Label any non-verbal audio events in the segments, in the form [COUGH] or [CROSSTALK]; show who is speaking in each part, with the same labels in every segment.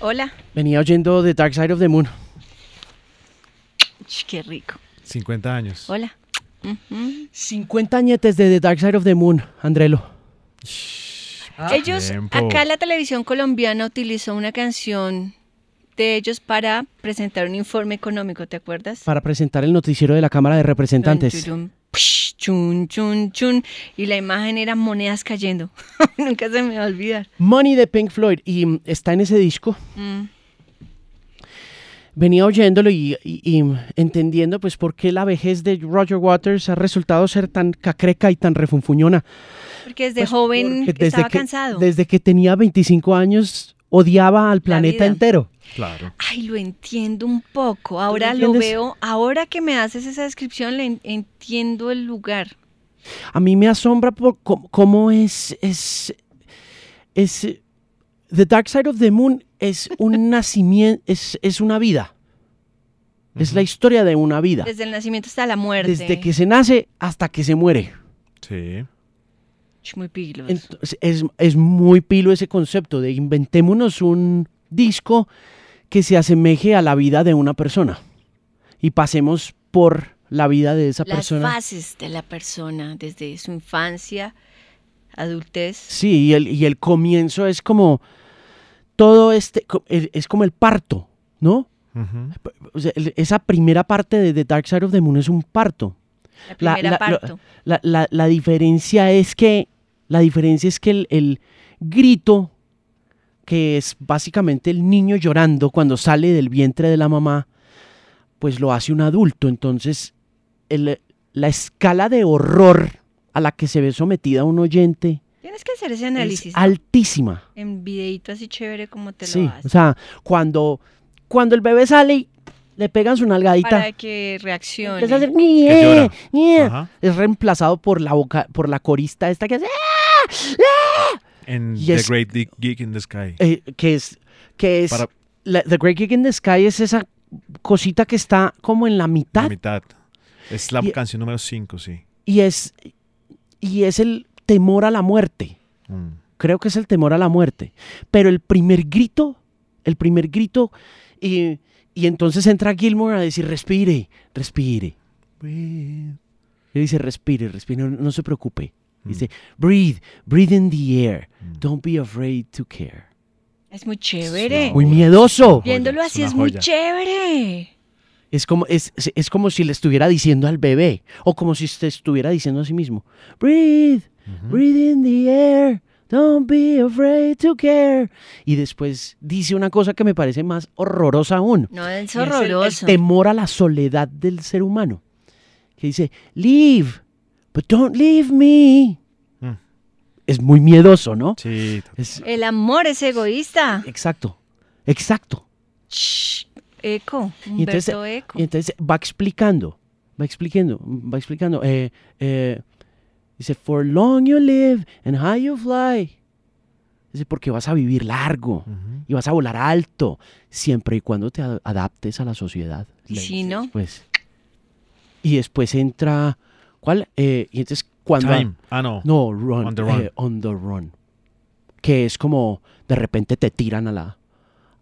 Speaker 1: Hola.
Speaker 2: Venía oyendo The Dark Side of the Moon.
Speaker 1: Ch, Qué rico.
Speaker 3: 50 años.
Speaker 1: Hola. Ujú.
Speaker 2: 50 añetes de The Dark Side of the Moon, Andrelo. Ah,
Speaker 1: ellos,
Speaker 3: tiempo.
Speaker 1: acá la televisión colombiana utilizó una canción de ellos para presentar un informe económico, ¿te acuerdas?
Speaker 2: Para presentar el noticiero de la Cámara de Representantes.
Speaker 1: Chun, churun, psh, chun, chun, chun. Y la imagen era monedas cayendo. [LAUGHS] Nunca se me va a olvidar.
Speaker 2: Money de Pink Floyd y mm, está en ese disco.
Speaker 1: Mm.
Speaker 2: Venía oyéndolo y, y- y, mm, entendiendo pues por qué la vejez de Roger Waters ha resultado ser tan cacreca y tan refunfuñona.
Speaker 1: Porque desde
Speaker 2: Pues,
Speaker 1: joven
Speaker 2: porque desde
Speaker 1: estaba
Speaker 2: que-
Speaker 1: cansado.
Speaker 2: Desde que tenía 25 años odiaba al planeta
Speaker 1: vida.
Speaker 2: entero.
Speaker 3: Claro.
Speaker 1: Ay, lo entiendo un poco. Ahora
Speaker 2: lo
Speaker 1: lo
Speaker 2: entiendes?
Speaker 1: veo. Ahora que me haces esa descripción, le en- entiendo el lugar.
Speaker 2: A mí me asombra por cómo, cómo es, es, es, eh, The Dark Side of the Moon es un nacimiento, es, es una vida. Es la historia de una vida.
Speaker 1: Desde el nacimiento hasta la muerte.
Speaker 2: Desde que se nace hasta que se muere.
Speaker 3: Sí.
Speaker 1: Ch, Muy piglos.
Speaker 2: Entonces, es, es muy pilo ese concepto de inventémonos un disco que se asemeje a la vida de una persona y pasemos por la vida de esa
Speaker 1: Las
Speaker 2: persona.
Speaker 1: fases de la persona, desde su infancia, adultez.
Speaker 2: Sí, y el, y el comienzo es como todo este, co- el- es como el parto, ¿no?
Speaker 3: Ujú.
Speaker 2: O sea, el- esa primera parte de The Dark Side of the Moon es un parto.
Speaker 1: La
Speaker 2: La-
Speaker 1: primera
Speaker 2: la- la-
Speaker 1: parto.
Speaker 2: La, la- la diferencia es que, la diferencia es que el, el grito, que es básicamente el niño llorando cuando sale del vientre de la mamá, pues lo hace un adulto. Entonces, el- la escala de horror a la que se ve sometida un oyente
Speaker 1: Tienes que hacer ese
Speaker 2: es
Speaker 1: análisis. ¿no?
Speaker 2: altísima.
Speaker 1: En videíto así chévere como te
Speaker 2: Sí, pues
Speaker 1: lo
Speaker 2: o
Speaker 1: haces.
Speaker 2: sea, cuando, cuando el bebé sale y le pegan su nalgadita,
Speaker 1: para que reaccione.
Speaker 2: empieza a hacer,
Speaker 3: Que llora.
Speaker 2: "Nie, nie".
Speaker 3: Ajá.
Speaker 2: es reemplazado por la boca, por la corista esta que hace, "Ah",
Speaker 3: En
Speaker 2: Y
Speaker 3: The
Speaker 2: es-
Speaker 3: Great Dick Geek in the Sky.
Speaker 2: eh, que es, que es,
Speaker 3: Para-
Speaker 2: la- The Great Gig in the Sky es esa cosita que está como en la mitad
Speaker 3: La mitad. Es la
Speaker 2: Y-
Speaker 3: canción número 5, sí.
Speaker 2: y es, y es el temor a la muerte.
Speaker 3: Mm.
Speaker 2: creo que es el temor a la muerte. Pero el primer grito, el primer grito, y, y entonces entra Gilmore a decir, respire, respire.
Speaker 1: Pues,
Speaker 2: Y dice, respire, respire, no, no se preocupe.
Speaker 3: Mm.
Speaker 2: Dice, breathe, breathe in the air.
Speaker 3: Mm.
Speaker 2: Don't be afraid to care.
Speaker 1: Es muy
Speaker 3: Es
Speaker 1: chévere.
Speaker 3: una
Speaker 2: Muy
Speaker 3: joya,
Speaker 2: miedoso.
Speaker 3: es una
Speaker 1: Viéndolo
Speaker 3: joya,
Speaker 1: así
Speaker 3: una
Speaker 1: es muy
Speaker 3: joya.
Speaker 1: chévere.
Speaker 2: Es como, es, es- es como si le estuviera diciendo al bebé, o como si se estuviera diciendo a sí mismo, breathe,
Speaker 3: Ujú.
Speaker 2: Breathe in the air. Don't be afraid to care. Y después dice una cosa que me parece más horrorosa aún.
Speaker 1: No, es
Speaker 2: Y el-
Speaker 1: horroroso.
Speaker 2: El, temor a la soledad del ser humano. Que dice, leave, but don't leave me.
Speaker 3: Mm.
Speaker 2: Es muy miedoso, ¿no?
Speaker 3: Sí.
Speaker 2: Es-
Speaker 1: El amor es egoísta.
Speaker 2: exacto, exacto.
Speaker 1: Shh, Eco,
Speaker 2: Y entonces-
Speaker 1: Humberto Eco.
Speaker 2: Y entonces va explicando, va explicando, va explicando. eh, eh, dice, for long you live and high you fly. Dice, porque vas a vivir largo.
Speaker 3: Ujú.
Speaker 2: y vas a volar alto siempre y cuando te a- adaptes a la sociedad.
Speaker 1: Y
Speaker 2: le
Speaker 1: si
Speaker 2: dices,
Speaker 1: no.
Speaker 2: Pues. Y después entra, ¿cuál? Eh, y entonces cuando...
Speaker 3: Time. Ah, no.
Speaker 2: No, run.
Speaker 3: On the run.
Speaker 2: eh, on the run. Que es como de repente te tiran a la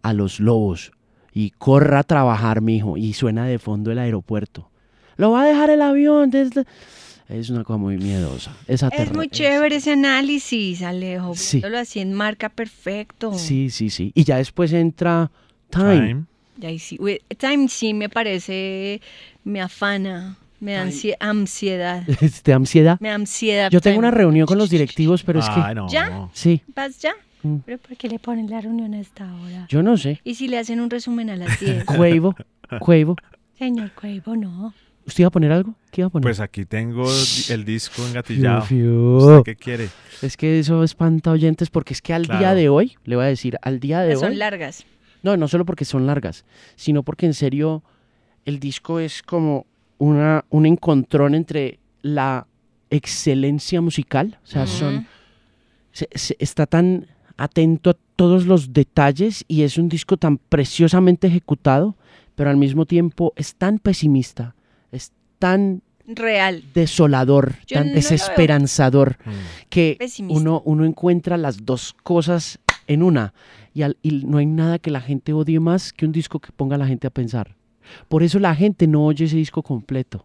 Speaker 2: a los lobos y corra a trabajar, mijo, y suena de fondo el aeropuerto. Lo va a dejar el avión. desde- Es una cosa muy miedosa. Es,
Speaker 1: Es
Speaker 2: aterradora.
Speaker 1: muy chévere ese análisis, Alejo.
Speaker 2: Sí.
Speaker 1: Viéndolo así en marca perfecto.
Speaker 2: Sí, sí, sí. Y ya después entra Time.
Speaker 3: Time.
Speaker 1: Y ahí sí. Uy, Time sí me parece, me afana, me da ansie- ansiedad.
Speaker 2: [LAUGHS] Este, ansiedad.
Speaker 1: Me da ansiedad.
Speaker 2: Yo tengo
Speaker 1: Time.
Speaker 2: una reunión con los directivos, pero es
Speaker 3: Ah,
Speaker 2: que...
Speaker 3: no.
Speaker 1: ¿Ya?
Speaker 2: Sí,
Speaker 1: ¿Vas ya?
Speaker 2: Mm.
Speaker 1: ¿Pero por qué le ponen la reunión a esta hora?
Speaker 2: yo no sé.
Speaker 1: Y si le hacen un resumen a
Speaker 2: [LAUGHS]
Speaker 1: las 10.
Speaker 2: Cuevo, Cuevo.
Speaker 1: Señor Cuevo, no.
Speaker 2: ¿Usted iba a poner algo? ¿Qué iba a poner?
Speaker 3: Pues aquí tengo di- el disco
Speaker 2: Fiu,
Speaker 3: engatillado.
Speaker 2: fiu.
Speaker 3: ¿Usted qué quiere?
Speaker 2: Es que eso espanta oyentes porque es que al día
Speaker 3: Claro.
Speaker 2: de hoy, le voy a decir, al día de hoy...
Speaker 1: Ah, Son largas.
Speaker 2: No, no solo porque son largas, sino porque en serio el disco es como una, un encontrón entre la excelencia musical, o sea, son
Speaker 1: Ujú.
Speaker 2: se- se- está tan atento a todos los detalles y es un disco tan preciosamente ejecutado, pero al mismo tiempo es tan pesimista, es tan
Speaker 1: Real.
Speaker 2: desolador,
Speaker 1: Yo
Speaker 2: tan
Speaker 1: no lo veo.
Speaker 2: desesperanzador,
Speaker 3: Mm.
Speaker 2: que
Speaker 1: Pesimista.
Speaker 2: uno, uno encuentra las dos cosas en una. Y, al- y no hay nada que la gente odie más que un disco que ponga a la gente a pensar. Por eso la gente no oye ese disco completo.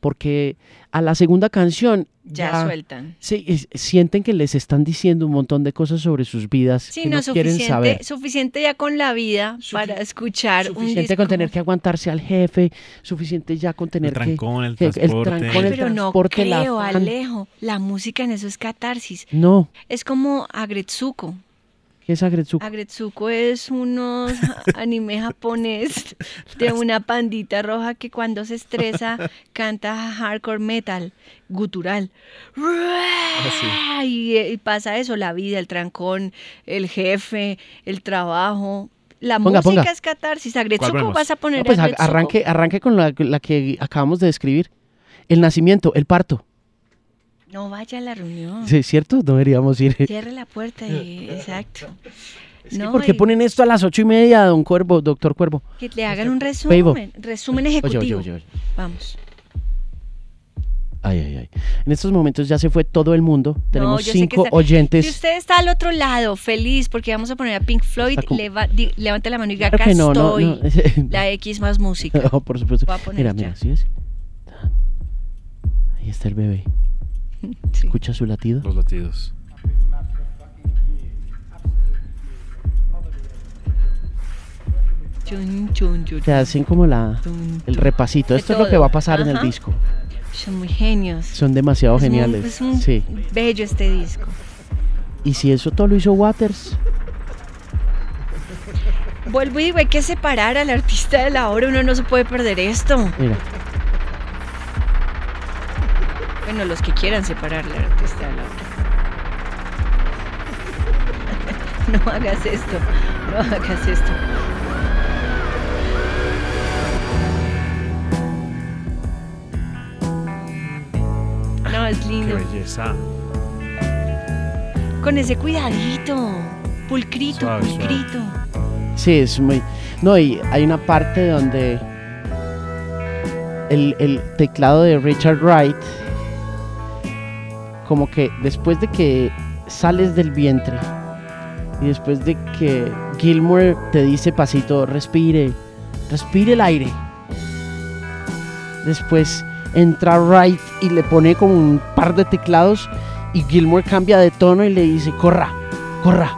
Speaker 2: Porque a la segunda canción
Speaker 1: Ya, sueltan.
Speaker 2: sí, es- sienten que les están diciendo un montón de cosas sobre sus vidas
Speaker 1: Sí,
Speaker 2: que
Speaker 1: no,
Speaker 2: no, quieren saber.
Speaker 1: suficiente, suficiente ya con la vida
Speaker 2: Sufi-
Speaker 1: para escuchar un
Speaker 2: Suficiente
Speaker 1: disco.
Speaker 2: con tener que aguantarse al jefe, suficiente ya con tener
Speaker 3: El
Speaker 2: que...
Speaker 3: trancón, el
Speaker 2: el- el
Speaker 3: transporte.
Speaker 2: trancón, con el
Speaker 1: Pero no
Speaker 2: transporte, el
Speaker 1: creo,
Speaker 2: afán.
Speaker 1: Alejo. La música en eso es catarsis.
Speaker 2: No,
Speaker 1: Es como Agretsuko.
Speaker 2: que es Agretsuko.
Speaker 1: Agretsuko es
Speaker 2: [LAUGHS]
Speaker 1: unos anime japonés de una pandita roja que cuando se
Speaker 2: [LAUGHS]
Speaker 1: estresa canta hardcore metal, gutural.
Speaker 2: Ah,
Speaker 1: Y, eh, y pasa eso, la vida, el trancón, el jefe, el trabajo. La
Speaker 2: Ponga,
Speaker 1: música
Speaker 2: ponga.
Speaker 1: es catarsis.
Speaker 3: ¿Cuál
Speaker 1: Agretsuko
Speaker 3: ponemos?
Speaker 1: vas a poner
Speaker 2: No, pues a-
Speaker 1: Agretsuko?
Speaker 2: arranque, arranque con la, la que acabamos de describir. El nacimiento, el parto.
Speaker 1: No vaya a la reunión.
Speaker 2: Sí, ¿cierto? No deberíamos ir.
Speaker 1: Cierre la puerta y exacto.
Speaker 2: [LAUGHS] Es que
Speaker 1: No,
Speaker 2: ¿Por qué
Speaker 1: y
Speaker 2: ponen esto a las ocho y media, don Cuervo, doctor Cuervo?
Speaker 1: que le hagan un
Speaker 2: Bebo.
Speaker 1: resumen, resumen ejecutivo. Vamos.
Speaker 2: Ay, ay, ay. En estos momentos ya se fue todo el mundo. Tenemos
Speaker 1: yo sé que
Speaker 2: cinco
Speaker 1: está-
Speaker 2: oyentes.
Speaker 1: Si usted está al otro lado, feliz, porque vamos a poner a Pink Floyd,
Speaker 2: Está como-
Speaker 1: leva- di- levante la mano y diga,
Speaker 2: Claro
Speaker 1: acá
Speaker 2: que no, no,
Speaker 1: estoy.
Speaker 2: no. [LAUGHS]
Speaker 1: La X más música.
Speaker 2: Oh, por supuesto.
Speaker 1: Voy a poner
Speaker 2: Mira,
Speaker 1: ya.
Speaker 2: mira, ¿sí ves? Ahí está el bebé.
Speaker 1: Sí.
Speaker 2: ¿Escucha su latido?
Speaker 3: Los latidos.
Speaker 1: Chun, chun, chun,
Speaker 2: Te hacen como la,
Speaker 1: chun,
Speaker 2: el
Speaker 1: chun.
Speaker 2: repasito.
Speaker 1: De
Speaker 2: Esto es lo que
Speaker 1: todo.
Speaker 2: va a pasar en el
Speaker 1: Ajá.
Speaker 2: disco.
Speaker 1: Son muy genios.
Speaker 2: Son demasiado
Speaker 1: Es muy-
Speaker 2: geniales.
Speaker 1: es un
Speaker 2: Sí.
Speaker 1: bello este disco.
Speaker 2: Y si eso todo lo hizo Waters,
Speaker 1: Vuelvo y digo, hay que separar al artista de la obra, uno no se puede perder esto.
Speaker 2: mira.
Speaker 1: Bueno, los que quieran separar al artista de la obra. [LAUGHS] No hagas esto, no hagas esto. No, es
Speaker 3: Qué
Speaker 1: lindo.
Speaker 3: belleza.
Speaker 1: Con ese cuidadito, pulcrito,
Speaker 3: Suave, suave.
Speaker 1: pulcrito.
Speaker 2: Sí, es muy. No, y hay una parte donde el, el teclado de Richard Wright, como que después de que sales del vientre y después de que Gilmour te dice pasito, respire, respire el aire. Después entra Wright y le pone como un par de teclados y Gilmour cambia de tono y le dice, corra, corra,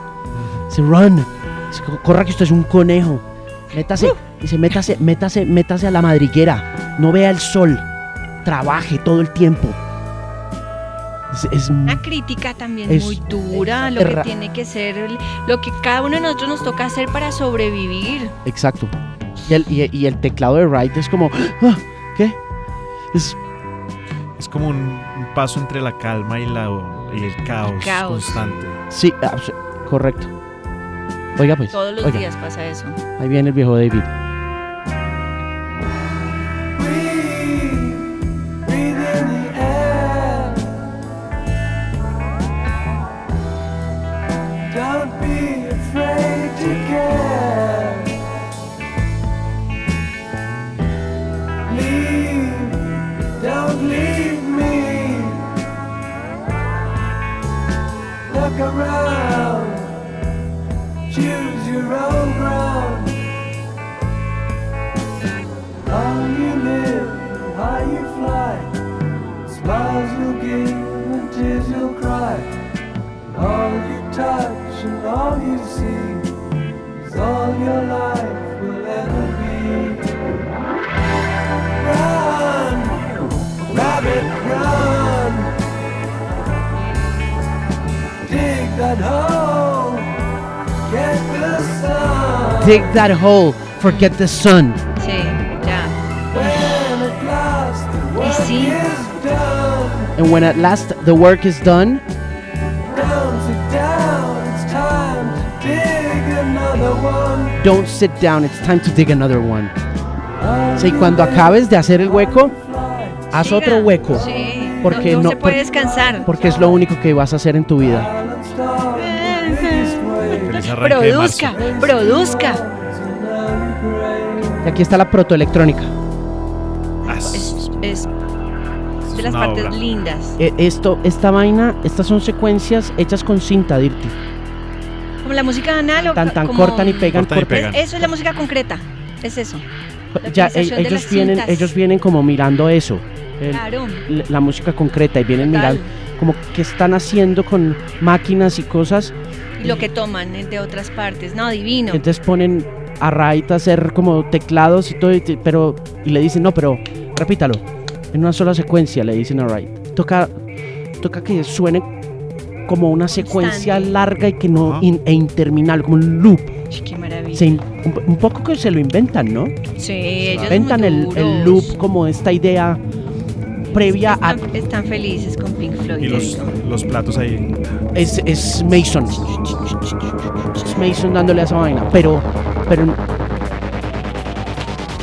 Speaker 2: se run. Es co- Corra que usted es un conejo.
Speaker 1: ¡Uh!
Speaker 2: Métase, dice, métase, métase, métase a la madriguera. No vea el sol. Trabaje todo el tiempo. Es, es-
Speaker 1: Una crítica también
Speaker 2: Es-
Speaker 1: muy dura, lo que
Speaker 2: erra-
Speaker 1: tiene que ser, el- lo que cada uno de nosotros nos toca hacer para sobrevivir.
Speaker 2: exacto. Y el, y- y el teclado de Wright es como, "Ah, ¿qué? Es,
Speaker 3: Es como un, un paso entre la calma y, la, y el caos,
Speaker 1: caos.
Speaker 3: constante.
Speaker 2: sí, abs- correcto. Oiga, pues.
Speaker 1: Todos los
Speaker 2: oiga,
Speaker 1: días pasa eso.
Speaker 2: Ahí viene el viejo David.
Speaker 4: Don't be afraid to care. Leave, don't leave me. Look around, choose your own ground. How you live, how you fly. Smiles will give and tears you'll cry. All you touch and all you see is all your life will ever be. Run, rabbit, run. Dig that hole, get the sun.
Speaker 2: Dig that hole, forget the sun.
Speaker 1: Sí, ya.
Speaker 4: When at last the work
Speaker 1: see?
Speaker 4: is done,
Speaker 2: And when at last the work is done,
Speaker 4: down to down, it's time to dig another one.
Speaker 2: don't sit down, it's time to dig another one.
Speaker 4: All
Speaker 2: Sí,
Speaker 4: you
Speaker 2: cuando
Speaker 4: live,
Speaker 2: acabes de hacer el
Speaker 4: how
Speaker 2: hueco,
Speaker 4: you fly.
Speaker 2: haz
Speaker 1: Siga.
Speaker 2: otro hueco.
Speaker 1: Sí,
Speaker 2: Porque
Speaker 1: no, no
Speaker 2: no-
Speaker 1: se puede
Speaker 2: por-
Speaker 1: descansar.
Speaker 2: Porque es lo único que vas a hacer en tu vida.
Speaker 4: Balanced on the biggest
Speaker 3: Que
Speaker 4: waves,
Speaker 3: les arranque de marzo.
Speaker 1: Produzca, produzca.
Speaker 4: and now you
Speaker 2: Y aquí está la protoelectrónica.
Speaker 3: Ah, es-
Speaker 1: Es,
Speaker 3: es
Speaker 1: es de las
Speaker 3: una
Speaker 1: partes
Speaker 3: obra.
Speaker 1: lindas.
Speaker 2: E- Esto, esta vaina, estas son secuencias hechas con cinta, Dirty.
Speaker 1: Como la música análoga.
Speaker 2: Tan, tan,
Speaker 1: como-
Speaker 2: cortan y pegan.
Speaker 3: Cortan y
Speaker 2: cortan.
Speaker 3: pegan.
Speaker 1: Eso es la música concreta, es eso. La
Speaker 2: Ya,
Speaker 1: utilización
Speaker 2: eh,
Speaker 1: de
Speaker 2: ellos,
Speaker 1: las
Speaker 2: vienen,
Speaker 1: cintas.
Speaker 2: ellos vienen como mirando eso. el-
Speaker 1: Claro.
Speaker 2: la- la música concreta y vienen
Speaker 1: Total.
Speaker 2: mirando como que están haciendo con máquinas y cosas
Speaker 1: Y lo que toman eh, de otras partes. No, divino.
Speaker 2: Entonces ponen a Raid a hacer como teclados y todo, y te- pero y le dicen, no, pero repítalo. En una sola secuencia le dicen a Raid. Toca, toca que suene como una secuencia
Speaker 1: Constante.
Speaker 2: larga y que no
Speaker 3: Ajá.
Speaker 2: in- e interminable, como un loop.
Speaker 1: Uy, Qué
Speaker 2: Se
Speaker 1: maravilla.
Speaker 2: in- un, un poco que se lo inventan, ¿no?
Speaker 1: Sí, ellos
Speaker 2: inventan
Speaker 1: muy
Speaker 2: el, el
Speaker 1: duros.
Speaker 2: loop como esta idea previa a...
Speaker 1: Están, están felices con Pink Floyd. te
Speaker 3: Y los,
Speaker 1: digo.
Speaker 3: los platos ahí.
Speaker 2: Es, es Mason. Es Mason dándole a esa vaina. Pero, pero.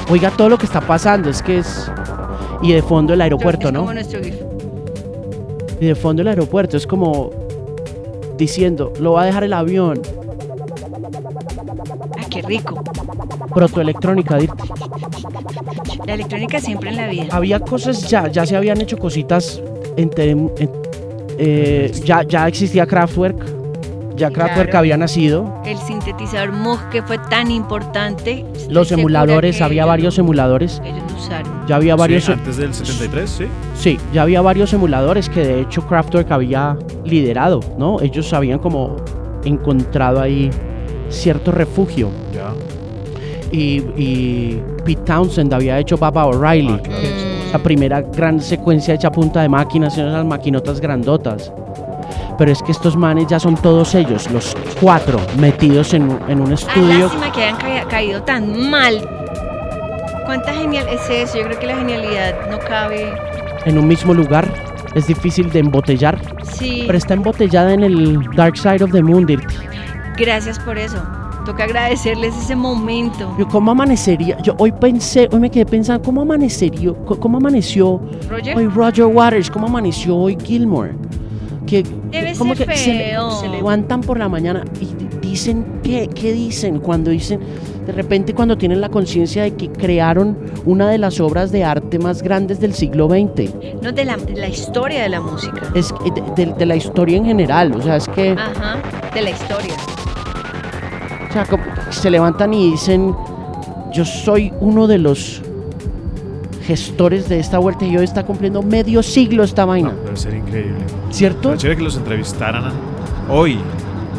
Speaker 2: Oiga todo lo que está pasando, es que es. Y de fondo el
Speaker 1: Yo creo que
Speaker 2: aeropuerto,
Speaker 1: es
Speaker 2: ¿no?
Speaker 1: como nuestro GIF.
Speaker 2: Y de fondo el aeropuerto, es como. Diciendo, lo va a dejar el avión.
Speaker 1: Ah, qué rico.
Speaker 2: Protoelectrónica. di-
Speaker 1: La electrónica siempre en la vida.
Speaker 2: Había cosas ya, ya se habían hecho cositas. entre- en- eh, ya, ya existía Kraftwerk. Ya Kraftwerk
Speaker 1: Claro.
Speaker 2: había nacido.
Speaker 1: El sintetizador Moog que fue tan importante. estoy
Speaker 2: Los
Speaker 1: segura
Speaker 2: emuladores,
Speaker 1: que
Speaker 2: había
Speaker 1: ellos-
Speaker 2: varios emuladores.
Speaker 1: Ellos lo usaron.
Speaker 2: Ya había varios.
Speaker 3: Sí, antes del 73, sí.
Speaker 2: Sí, ya había varios emuladores que de hecho Kraftwerk había liderado, ¿no? Ellos habían como encontrado ahí cierto refugio.
Speaker 3: Ya.
Speaker 2: Y, y Pete Townsend había hecho Baba O'Reilly,
Speaker 3: Ah, claro.
Speaker 2: la primera gran secuencia hecha a punta de máquinas, eran esas maquinotas grandotas. Pero es que estos manes ya son todos ellos, los cuatro, metidos en, un- en un
Speaker 1: Ah,
Speaker 2: estudio.
Speaker 1: lástima que hayan ca- caído tan mal. ¿Cuánta genial es eso? Yo creo que la genialidad no cabe.
Speaker 2: en un mismo lugar. Es difícil de embotellar,
Speaker 1: Sí,
Speaker 2: pero está embotellada en el Dark Side of the Moon, Dirty.
Speaker 1: gracias por eso. Toca agradecerles ese momento.
Speaker 2: Yo, ¿Cómo amanecería? Yo hoy pensé, hoy me quedé pensando, ¿cómo amanecería? co- ¿Cómo amaneció hoy
Speaker 1: Roger,
Speaker 2: Roger Waters? ¿Cómo amaneció hoy Gilmore? Que, eh,
Speaker 1: Debe
Speaker 2: como
Speaker 1: ser
Speaker 2: que se, le-
Speaker 1: feo.
Speaker 2: se levantan por la mañana y di- dicen, ¿qué, ¿qué dicen? Cuando dicen, de repente cuando tienen la conciencia de que crearon una de las obras de arte más grandes del siglo XX,
Speaker 1: no de la, de la historia de la música.
Speaker 2: es que de, de- de la historia en general, o sea, es que...
Speaker 1: Ajá, de la historia.
Speaker 2: O sea, como que se levantan y dicen, yo soy uno de los gestores de esta vuelta y hoy está cumpliendo medio siglo esta
Speaker 3: No,
Speaker 2: vaina.
Speaker 3: debe ser increíble.
Speaker 2: ¿Cierto?
Speaker 3: Era chévere que los entrevistaran a- hoy.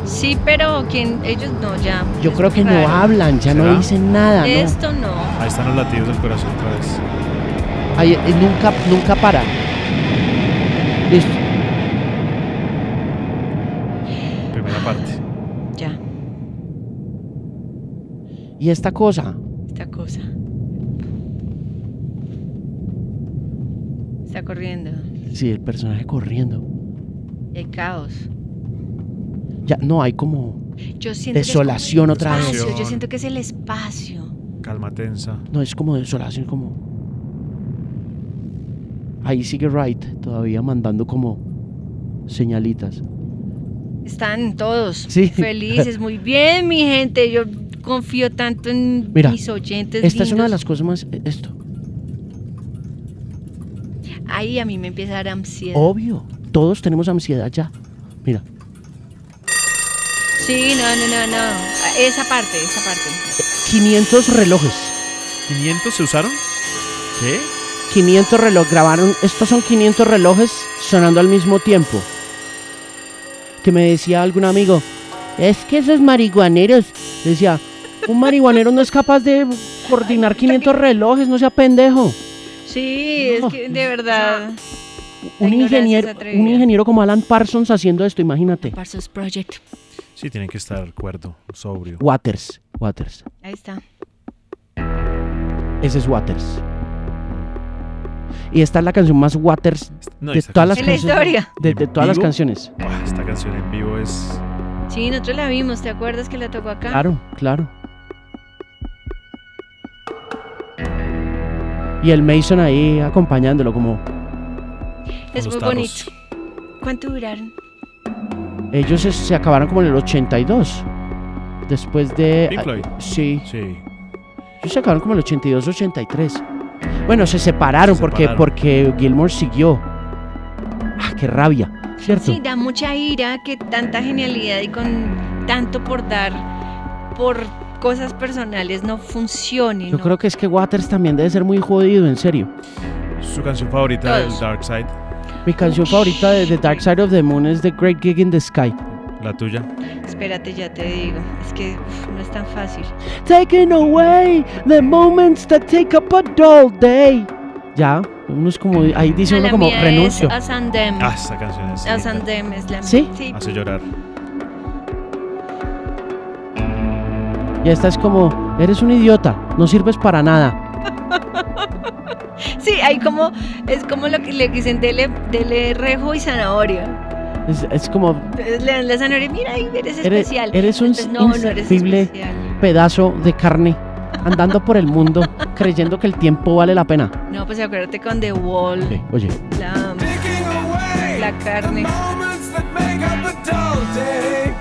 Speaker 1: Sí, pero quien ellos no, ya.
Speaker 2: Yo creo que no
Speaker 1: Raro.
Speaker 2: hablan, ya no
Speaker 3: ¿Será?
Speaker 2: dicen nada, ¿no?
Speaker 1: Esto no.
Speaker 3: Ahí están los latidos del corazón otra vez.
Speaker 2: Ahí, eh, nunca, nunca para. Listo.
Speaker 3: Primera parte.
Speaker 1: Ya,
Speaker 2: Y esta cosa,
Speaker 1: esta cosa. Está corriendo.
Speaker 2: sí, el personaje corriendo.
Speaker 1: y hay caos.
Speaker 2: Ya, no, hay como
Speaker 1: Yo siento
Speaker 2: desolación
Speaker 1: que es
Speaker 2: otra
Speaker 1: como el
Speaker 2: vez.
Speaker 1: espacio. Yo siento que es el espacio.
Speaker 3: Calma tensa.
Speaker 2: No, es como desolación, como... Ahí sigue Wright, todavía mandando como señalitas.
Speaker 1: Están todos
Speaker 2: Sí.
Speaker 1: felices. Muy bien, mi gente. Yo confío tanto en
Speaker 2: Mira,
Speaker 1: mis oyentes.
Speaker 2: Esta es una de
Speaker 1: lindos.
Speaker 2: las cosas más... eh, Esto.
Speaker 1: Ahí a mí me empieza a dar ansiedad.
Speaker 2: Obvio, todos tenemos ansiedad ya. Mira,
Speaker 1: Sí, no, no, no, no. Ah, Esa parte, esa parte.
Speaker 2: 500 relojes.
Speaker 3: ¿500 se usaron? ¿Qué?
Speaker 2: 500 relojes grabaron. Estos son 500 relojes sonando al mismo tiempo. Que me decía algún amigo, es que esos marihuaneros. Decía, un marihuanero no es capaz de coordinar 500 relojes, no sea pendejo.
Speaker 1: Sí,
Speaker 2: No.
Speaker 1: es que de verdad.
Speaker 2: Un
Speaker 1: ignorancia
Speaker 2: ingeniero,
Speaker 1: es atrevida.
Speaker 2: un ingeniero como Alan Parsons haciendo esto, imagínate.
Speaker 1: Parsos Project.
Speaker 3: Sí, tienen que estar cuerdo, sobrio.
Speaker 2: Waters, Waters.
Speaker 1: Ahí está.
Speaker 2: Ese es Waters. Y esta es la canción más Waters
Speaker 3: No,
Speaker 2: de
Speaker 3: esta
Speaker 2: todas las
Speaker 1: En la
Speaker 3: canción-
Speaker 2: canciones.
Speaker 1: historia.
Speaker 2: de- de todas las
Speaker 3: ¿Vivo?
Speaker 2: canciones.
Speaker 3: Buah, esta canción en vivo es.
Speaker 1: Sí, nosotros la vimos. ¿Te acuerdas que la tocó acá?
Speaker 2: Claro, claro. Y el Mason ahí acompañándolo como
Speaker 1: es
Speaker 3: los
Speaker 1: muy bonito.
Speaker 3: tarros.
Speaker 1: ¿Cuánto duraron?
Speaker 2: ellos se, se acabaron como en el 82. Después de
Speaker 3: Pink
Speaker 2: ah,
Speaker 3: Floyd.
Speaker 2: Sí,
Speaker 3: Sí.
Speaker 2: ellos se acabaron como en el 82, 83. Bueno, se separaron,
Speaker 3: Se
Speaker 2: porque
Speaker 3: separaron.
Speaker 2: porque Gilmore siguió. Ah, qué rabia, ¿cierto?
Speaker 1: Sí, da mucha ira que tanta genialidad y con tanto por dar, por cosas personales no funcione.
Speaker 2: Yo
Speaker 1: ¿no?
Speaker 2: creo que es que Waters también debe ser muy jodido, en serio.
Speaker 3: Su canción favorita del
Speaker 1: Todos.
Speaker 3: Dark Side,
Speaker 2: Mi canción favorita de The Dark Side of the Moon es The Great Gig in the Sky.
Speaker 3: la tuya.
Speaker 1: Espérate, ya te digo. Es que uf, no es tan fácil.
Speaker 2: Taking away the moments that take up a dull day. Ya, uno es como, ahí dice
Speaker 1: No,
Speaker 2: uno
Speaker 1: la
Speaker 2: como
Speaker 1: mía
Speaker 2: renuncio.
Speaker 1: Es As and Them.
Speaker 3: Ah, esa canción es.
Speaker 1: As and
Speaker 3: linda.
Speaker 1: Them es la
Speaker 2: ¿Sí? Ah,
Speaker 1: Sí.
Speaker 3: Hace llorar.
Speaker 2: Y esta es como, eres un idiota, no sirves para nada.
Speaker 1: Sí, hay como, es como lo que le dicen dele, dele rejo y zanahoria.
Speaker 2: Es, es como,
Speaker 1: Entonces le dan la zanahoria, mira, ay, eres
Speaker 2: Eres-
Speaker 1: especial.
Speaker 2: eres un
Speaker 1: Entonces, no, no eres
Speaker 2: inservible.
Speaker 1: especial.
Speaker 2: pedazo de carne, andando por
Speaker 1: [LAUGHS]
Speaker 2: el mundo, creyendo que el tiempo vale la pena.
Speaker 1: No, pues acuérdate con The Wall,
Speaker 2: Sí, oye,
Speaker 1: la,
Speaker 4: Taking away
Speaker 1: la carne.
Speaker 4: moments that make up a dull day.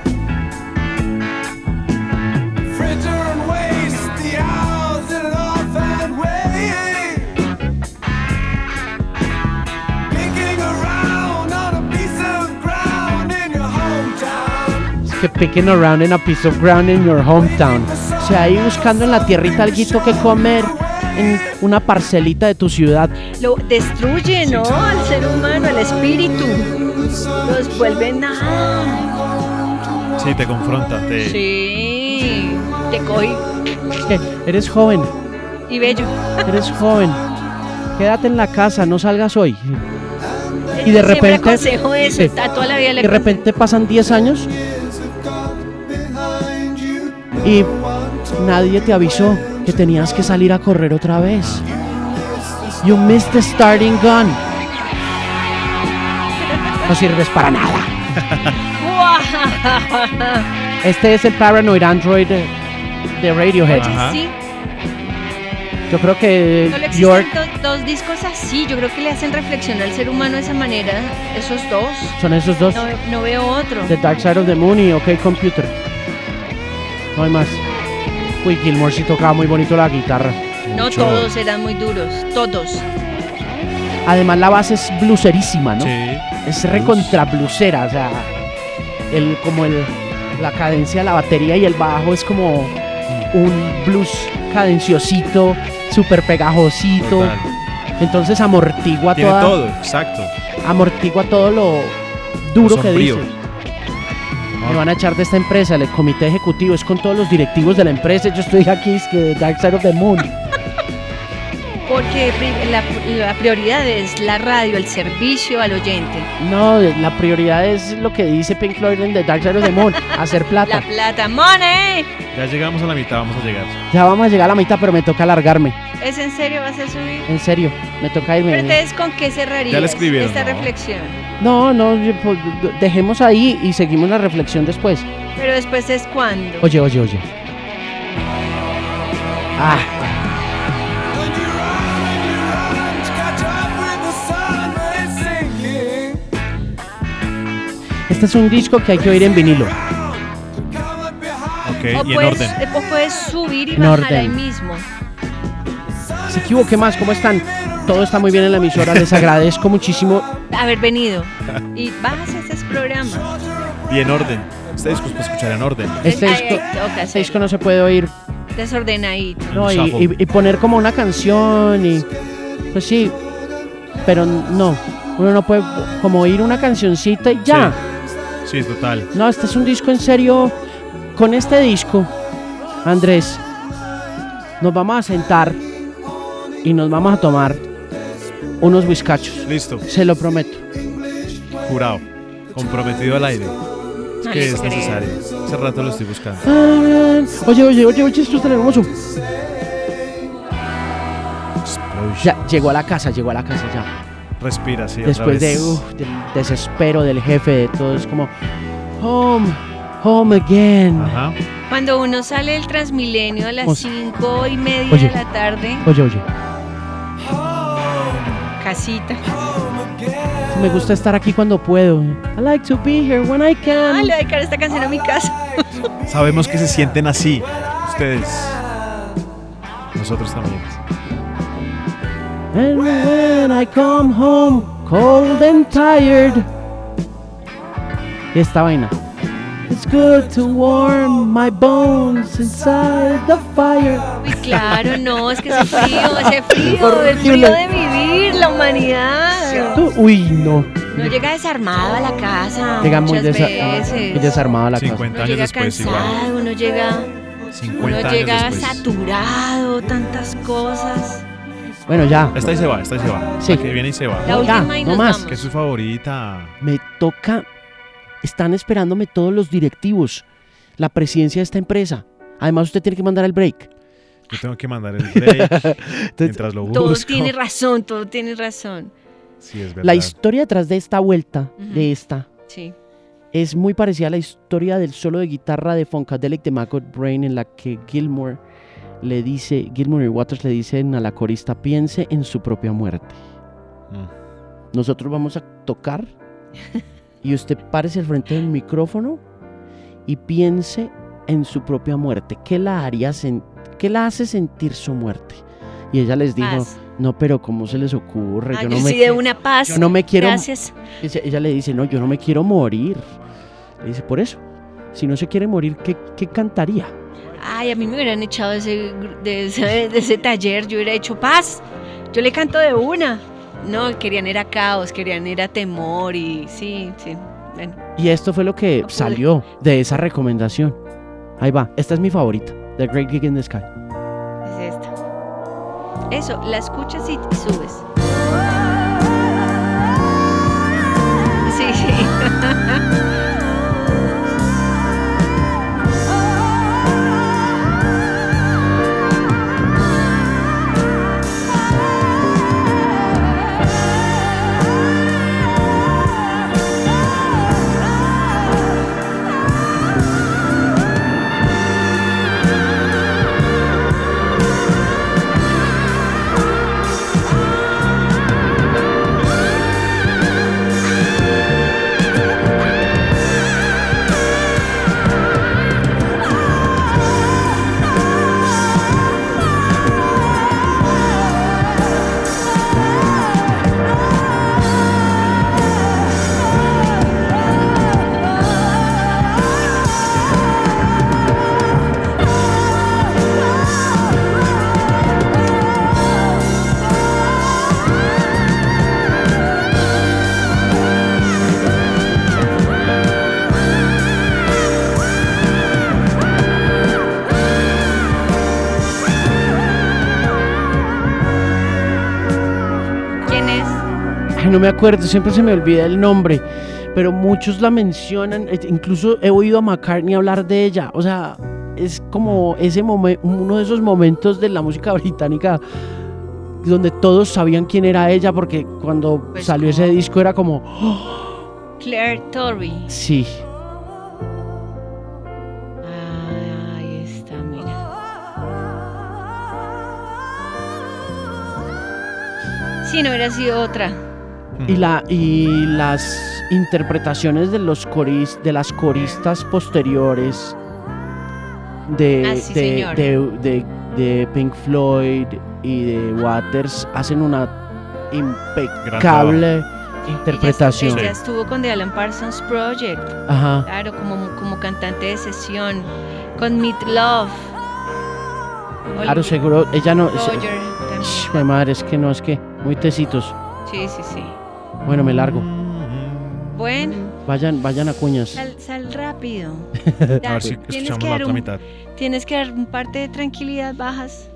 Speaker 4: Fritter and waste the hours in an offhand way. Picking around on a piece of ground in your hometown.
Speaker 2: es que picking around in a piece of ground in your hometown. O sea, ahí buscando en la tierrita alguito que comer, en una parcelita de tu ciudad.
Speaker 1: Lo destruye, ¿no? Al ser humano, al espíritu. Los vuelve nada.
Speaker 3: Sí, te confronta. Te...
Speaker 1: Sí, te cogí.
Speaker 2: Es que eres joven,
Speaker 1: Y bello.
Speaker 2: eres joven. Quédate en la casa, no salgas hoy. Y de
Speaker 1: Siempre
Speaker 2: repente-
Speaker 1: aconsejo eso,
Speaker 2: sí.
Speaker 1: está toda la vida
Speaker 2: Y
Speaker 1: le
Speaker 2: de repente pasan 10 años
Speaker 4: Years have got behind you.
Speaker 2: y
Speaker 4: No one told
Speaker 2: nadie te avisó que tenías que salir a correr otra vez. You missed the starting gun. No sirves para nada.
Speaker 1: aconsejo.
Speaker 2: Este es el Paranoid Android de, de Radiohead.
Speaker 1: Oye,
Speaker 3: Ajá.
Speaker 1: sí,
Speaker 2: Yo creo que
Speaker 1: solo
Speaker 2: York
Speaker 1: existen dos, dos discos así. Yo creo que le hacen reflexionar al ser humano de esa manera, esos dos.
Speaker 2: son esos dos.
Speaker 1: No, no veo otro.
Speaker 2: The Dark Side of the Moon y OK Computer. No hay más. Uy, Gilmore sí tocaba muy bonito la guitarra.
Speaker 1: No
Speaker 3: Mucho.
Speaker 1: todos eran muy duros, todos.
Speaker 2: Además la base es bluserísima, ¿no?
Speaker 3: Sí.
Speaker 2: Es recontra blusera, o sea, el, como el, la cadencia de la batería y el bajo es como un blues cadenciosito, súper pegajosito.
Speaker 3: Total.
Speaker 2: Entonces amortigua
Speaker 3: Tiene
Speaker 2: toda,
Speaker 3: todo, exacto.
Speaker 2: amortigua todo lo duro
Speaker 3: Lo
Speaker 2: que
Speaker 3: sombrío.
Speaker 2: dice. Me van a echar de esta empresa, el comité ejecutivo es con todos los directivos de la empresa. Yo estoy aquí, es que Dark Side of the Moon.
Speaker 1: Porque pri- la, la prioridad es la radio, el servicio al oyente.
Speaker 2: No, la prioridad es lo que dice Pink Floyd en The Dark Side of
Speaker 1: [LAUGHS]
Speaker 2: the Moon, hacer plata.
Speaker 1: La plata, money.
Speaker 3: Ya llegamos a la mitad, vamos a llegar.
Speaker 2: Ya vamos a llegar a la mitad, pero me toca alargarme.
Speaker 1: ¿Es en serio vas a subir?
Speaker 2: En serio, me toca irme.
Speaker 1: Pero ustedes con qué cerrarían
Speaker 3: Ya le escribieron,
Speaker 1: esta
Speaker 3: ¿no?
Speaker 1: reflexión.
Speaker 2: No, no, yo, pues, dejemos ahí y seguimos la reflexión después.
Speaker 1: Pero después es cuando.
Speaker 2: Oye, oye, oye. Ah,
Speaker 4: When you run, when you run, catch up with the sun rays sinking.
Speaker 2: este es un disco que hay que oír en vinilo.
Speaker 4: Come up behind
Speaker 3: Ok,
Speaker 1: o,
Speaker 3: y en
Speaker 1: puedes,
Speaker 3: orden.
Speaker 1: o puedes subir y
Speaker 2: En
Speaker 1: bajar
Speaker 2: orden.
Speaker 1: ahí mismo.
Speaker 2: Se equivoqué más, ¿cómo están? Todo está muy bien en la emisora, les agradezco muchísimo.
Speaker 1: Haber
Speaker 3: [LAUGHS]
Speaker 1: venido. Y bajas estos programas.
Speaker 3: Y en orden. Este disco es para escuchar en orden.
Speaker 2: Este
Speaker 1: Ay,
Speaker 2: disco,
Speaker 1: ay, toca
Speaker 2: este disco
Speaker 1: hacerlo.
Speaker 2: no se puede oír.
Speaker 1: Desordenadito.
Speaker 2: No, y,
Speaker 3: Shuffle.
Speaker 2: y- y poner como una canción y. Pues sí, pero no. Uno no puede como oír una cancioncita y ya.
Speaker 3: Sí, total.
Speaker 2: No, este es un disco en serio. Con este disco, Andrés, nos vamos a sentar y nos vamos a tomar unos whiskachos.
Speaker 3: Listo,
Speaker 2: Se lo prometo.
Speaker 3: jurado. Comprometido al aire.
Speaker 1: No
Speaker 3: Que
Speaker 1: les
Speaker 3: es
Speaker 1: creo.
Speaker 3: necesario. Hace rato lo estoy buscando.
Speaker 2: Oye, oye, oye, oye, esto es tan hermoso.
Speaker 3: Explosion.
Speaker 2: Ya, llegó a la casa, llegó a la casa ya.
Speaker 3: Respira, sí. otra
Speaker 2: Después de,
Speaker 3: vez.
Speaker 2: uf, del desespero del jefe, de todo, es como, home, home again.
Speaker 3: Ajá.
Speaker 1: Cuando uno sale del Transmilenio a
Speaker 2: O
Speaker 1: las
Speaker 2: sea-
Speaker 1: cinco y media
Speaker 2: Oye.
Speaker 1: de la tarde,
Speaker 2: Oye, oye,
Speaker 1: casita.
Speaker 2: me gusta estar aquí cuando puedo. I like to be here when I
Speaker 1: Ah,
Speaker 2: can.
Speaker 1: le voy a dedicar esta canción a mi casa.
Speaker 2: [LAUGHS]
Speaker 3: Sabemos que se sienten así. Ustedes. Nosotros también.
Speaker 2: And when I come home cold and tired. Y esta vaina. It's good to warm my bones inside the fire.
Speaker 1: Uy, claro, no, es que ese frío, ese frío, el frío de vivir, la humanidad.
Speaker 2: Tú- Uy, no.
Speaker 1: No llega desarmado a la casa
Speaker 2: Llega muy,
Speaker 1: muchas
Speaker 2: desa- muy
Speaker 1: veces.
Speaker 2: desarmado a la casa.
Speaker 3: 50
Speaker 1: Uno
Speaker 3: años
Speaker 1: llega
Speaker 3: después igual.
Speaker 1: cansado, uno llega,
Speaker 3: 50
Speaker 1: uno
Speaker 3: años
Speaker 1: llega
Speaker 3: después.
Speaker 1: saturado, tantas cosas.
Speaker 2: Bueno, ya.
Speaker 3: Esta ahí se va, esta ahí se va.
Speaker 2: Sí.
Speaker 3: La que viene y se va.
Speaker 1: La
Speaker 2: No, ya,
Speaker 1: última y
Speaker 2: no
Speaker 1: nos
Speaker 2: más.
Speaker 1: vamos.
Speaker 3: Que es su favorita.
Speaker 2: Me toca. Están esperándome todos los directivos. La presidencia de esta empresa. Además, usted tiene que mandar el break.
Speaker 3: Yo tengo que mandar el
Speaker 1: [LAUGHS]
Speaker 3: break mientras lo
Speaker 1: Todo
Speaker 3: busco.
Speaker 1: tiene razón, todo tiene razón.
Speaker 3: Sí, es
Speaker 2: La
Speaker 3: verdad.
Speaker 2: historia detrás de esta vuelta,
Speaker 1: Ujú.
Speaker 2: de esta,
Speaker 1: Sí.
Speaker 2: es muy parecida a la historia del solo de guitarra de Funkadelic de Maggot Brain en la que Gilmore le dice, Gilmore y Waters le dicen a la corista, piense en su propia muerte.
Speaker 3: Mm.
Speaker 2: Nosotros vamos a
Speaker 1: [LAUGHS]
Speaker 2: tocar y usted párese al frente del micrófono y piense en su propia muerte. ¿Qué la haría sen- qué la hace sentir su muerte? Y ella les dijo,
Speaker 1: Paz.
Speaker 2: no, pero ¿cómo se les ocurre?
Speaker 1: Ah,
Speaker 2: yo
Speaker 1: yo
Speaker 2: no me
Speaker 1: sí de
Speaker 2: qui-
Speaker 1: una paz.
Speaker 2: yo no me quiero
Speaker 1: Gracias.
Speaker 2: ella, ella le dice, no, yo no me quiero morir. Le dice, por eso, si no se quiere morir, ¿qué, qué cantaría?
Speaker 1: Ay, a mí me hubieran echado de ese, gru- de, ese, [LAUGHS] de ese taller, yo hubiera hecho paz. Yo le canto de una. No, querían era caos, querían era temor y sí, sí. Bueno,
Speaker 2: Y esto fue lo que salió de esa recomendación. Ahí va, esta es mi favorita, The Great Gig in the Sky.
Speaker 1: es esta. Eso, la escuchas y subes. Sí, [LAUGHS] sí. ¿Quién es?
Speaker 2: Ay, no me acuerdo, siempre se me olvida el nombre, pero muchos la mencionan, e- incluso he oído a McCartney hablar de ella, o sea, es como ese momen- uno de esos momentos de la música [LAUGHS] británica donde todos sabían quién era ella, porque cuando
Speaker 1: Pues
Speaker 2: salió ese
Speaker 1: como-
Speaker 2: disco era como,
Speaker 1: Claire Torrey.
Speaker 2: sí,
Speaker 1: Ah, ahí está, mira. Sí, no hubiera sido otra.
Speaker 3: Mm.
Speaker 2: y, la, y las interpretaciones de, los coris, de las coristas posteriores de,
Speaker 1: Ah, sí,
Speaker 2: de,
Speaker 1: señor.
Speaker 2: de- de- de Pink Floyd y de Waters hacen una impecable interpretación.
Speaker 1: Ella, ella estuvo con The Alan Parsons Project.
Speaker 2: Ajá.
Speaker 1: Claro, como, como cantante de sesión, con Meat Love.
Speaker 2: Claro, seguro, ella no... se-
Speaker 1: Roger también.
Speaker 2: Sh, jue madre, es que no, es que muy tecitos.
Speaker 1: Sí, sí, sí.
Speaker 2: Bueno, me largo.
Speaker 3: Mm,
Speaker 1: Bueno,
Speaker 2: Vayan, vayan a cuñas.
Speaker 1: sal, sal rápido.
Speaker 3: [LAUGHS] A
Speaker 1: Da-
Speaker 3: ver si
Speaker 1: tienes,
Speaker 3: escuchamos
Speaker 1: que
Speaker 3: la
Speaker 1: dar
Speaker 3: otra
Speaker 1: un,
Speaker 3: mitad.
Speaker 1: tienes que dar un parte de tranquilidad bajas.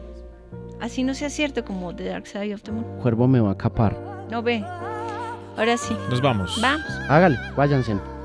Speaker 1: Así no sea cierto como The Dark Side of the Moon.
Speaker 2: Cuervo me va a capar.
Speaker 1: No ve. Ahora sí.
Speaker 3: Nos vamos.
Speaker 1: Vamos.
Speaker 2: Hágale, váyanse.